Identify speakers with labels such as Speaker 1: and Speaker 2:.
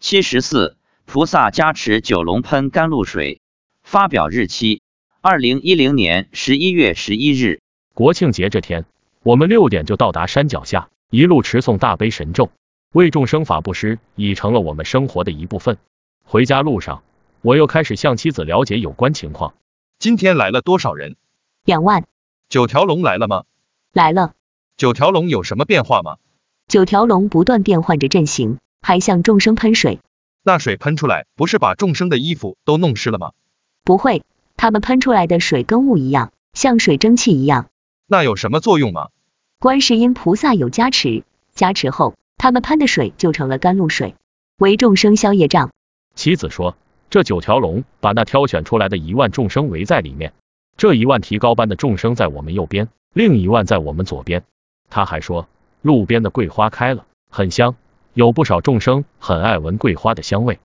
Speaker 1: 七十四，菩萨加持九龙喷甘露水。发表日期：二零一零年十一月十一日。
Speaker 2: 国庆节这天，我们六点就到达山脚下，一路持诵大悲神咒，为众生法布施，已成了我们生活的一部分。回家路上，我又开始向妻子了解有关情况。
Speaker 3: 今天来了多少人？
Speaker 4: 两万
Speaker 3: 九条龙来了吗？
Speaker 4: 来了，
Speaker 3: 九条龙有什么变化吗？
Speaker 4: 九条龙不断变换着阵型，还向众生喷水。
Speaker 3: 那水喷出来，不是把众生的衣服都弄湿了吗？
Speaker 4: 不会，他们喷出来的水跟雾一样，像水蒸气一样。
Speaker 3: 那有什么作用吗？
Speaker 4: 观世音菩萨有加持，加持后，他们喷的水就成了甘露水，为众生消业障。
Speaker 2: 妻子说，这九条龙把那挑选出来的一万众生围在里面，这一万提高班的众生在我们右边，另一万在我们左边。他还说，路边的桂花开了，很香，有不少众生很爱闻桂花的香味。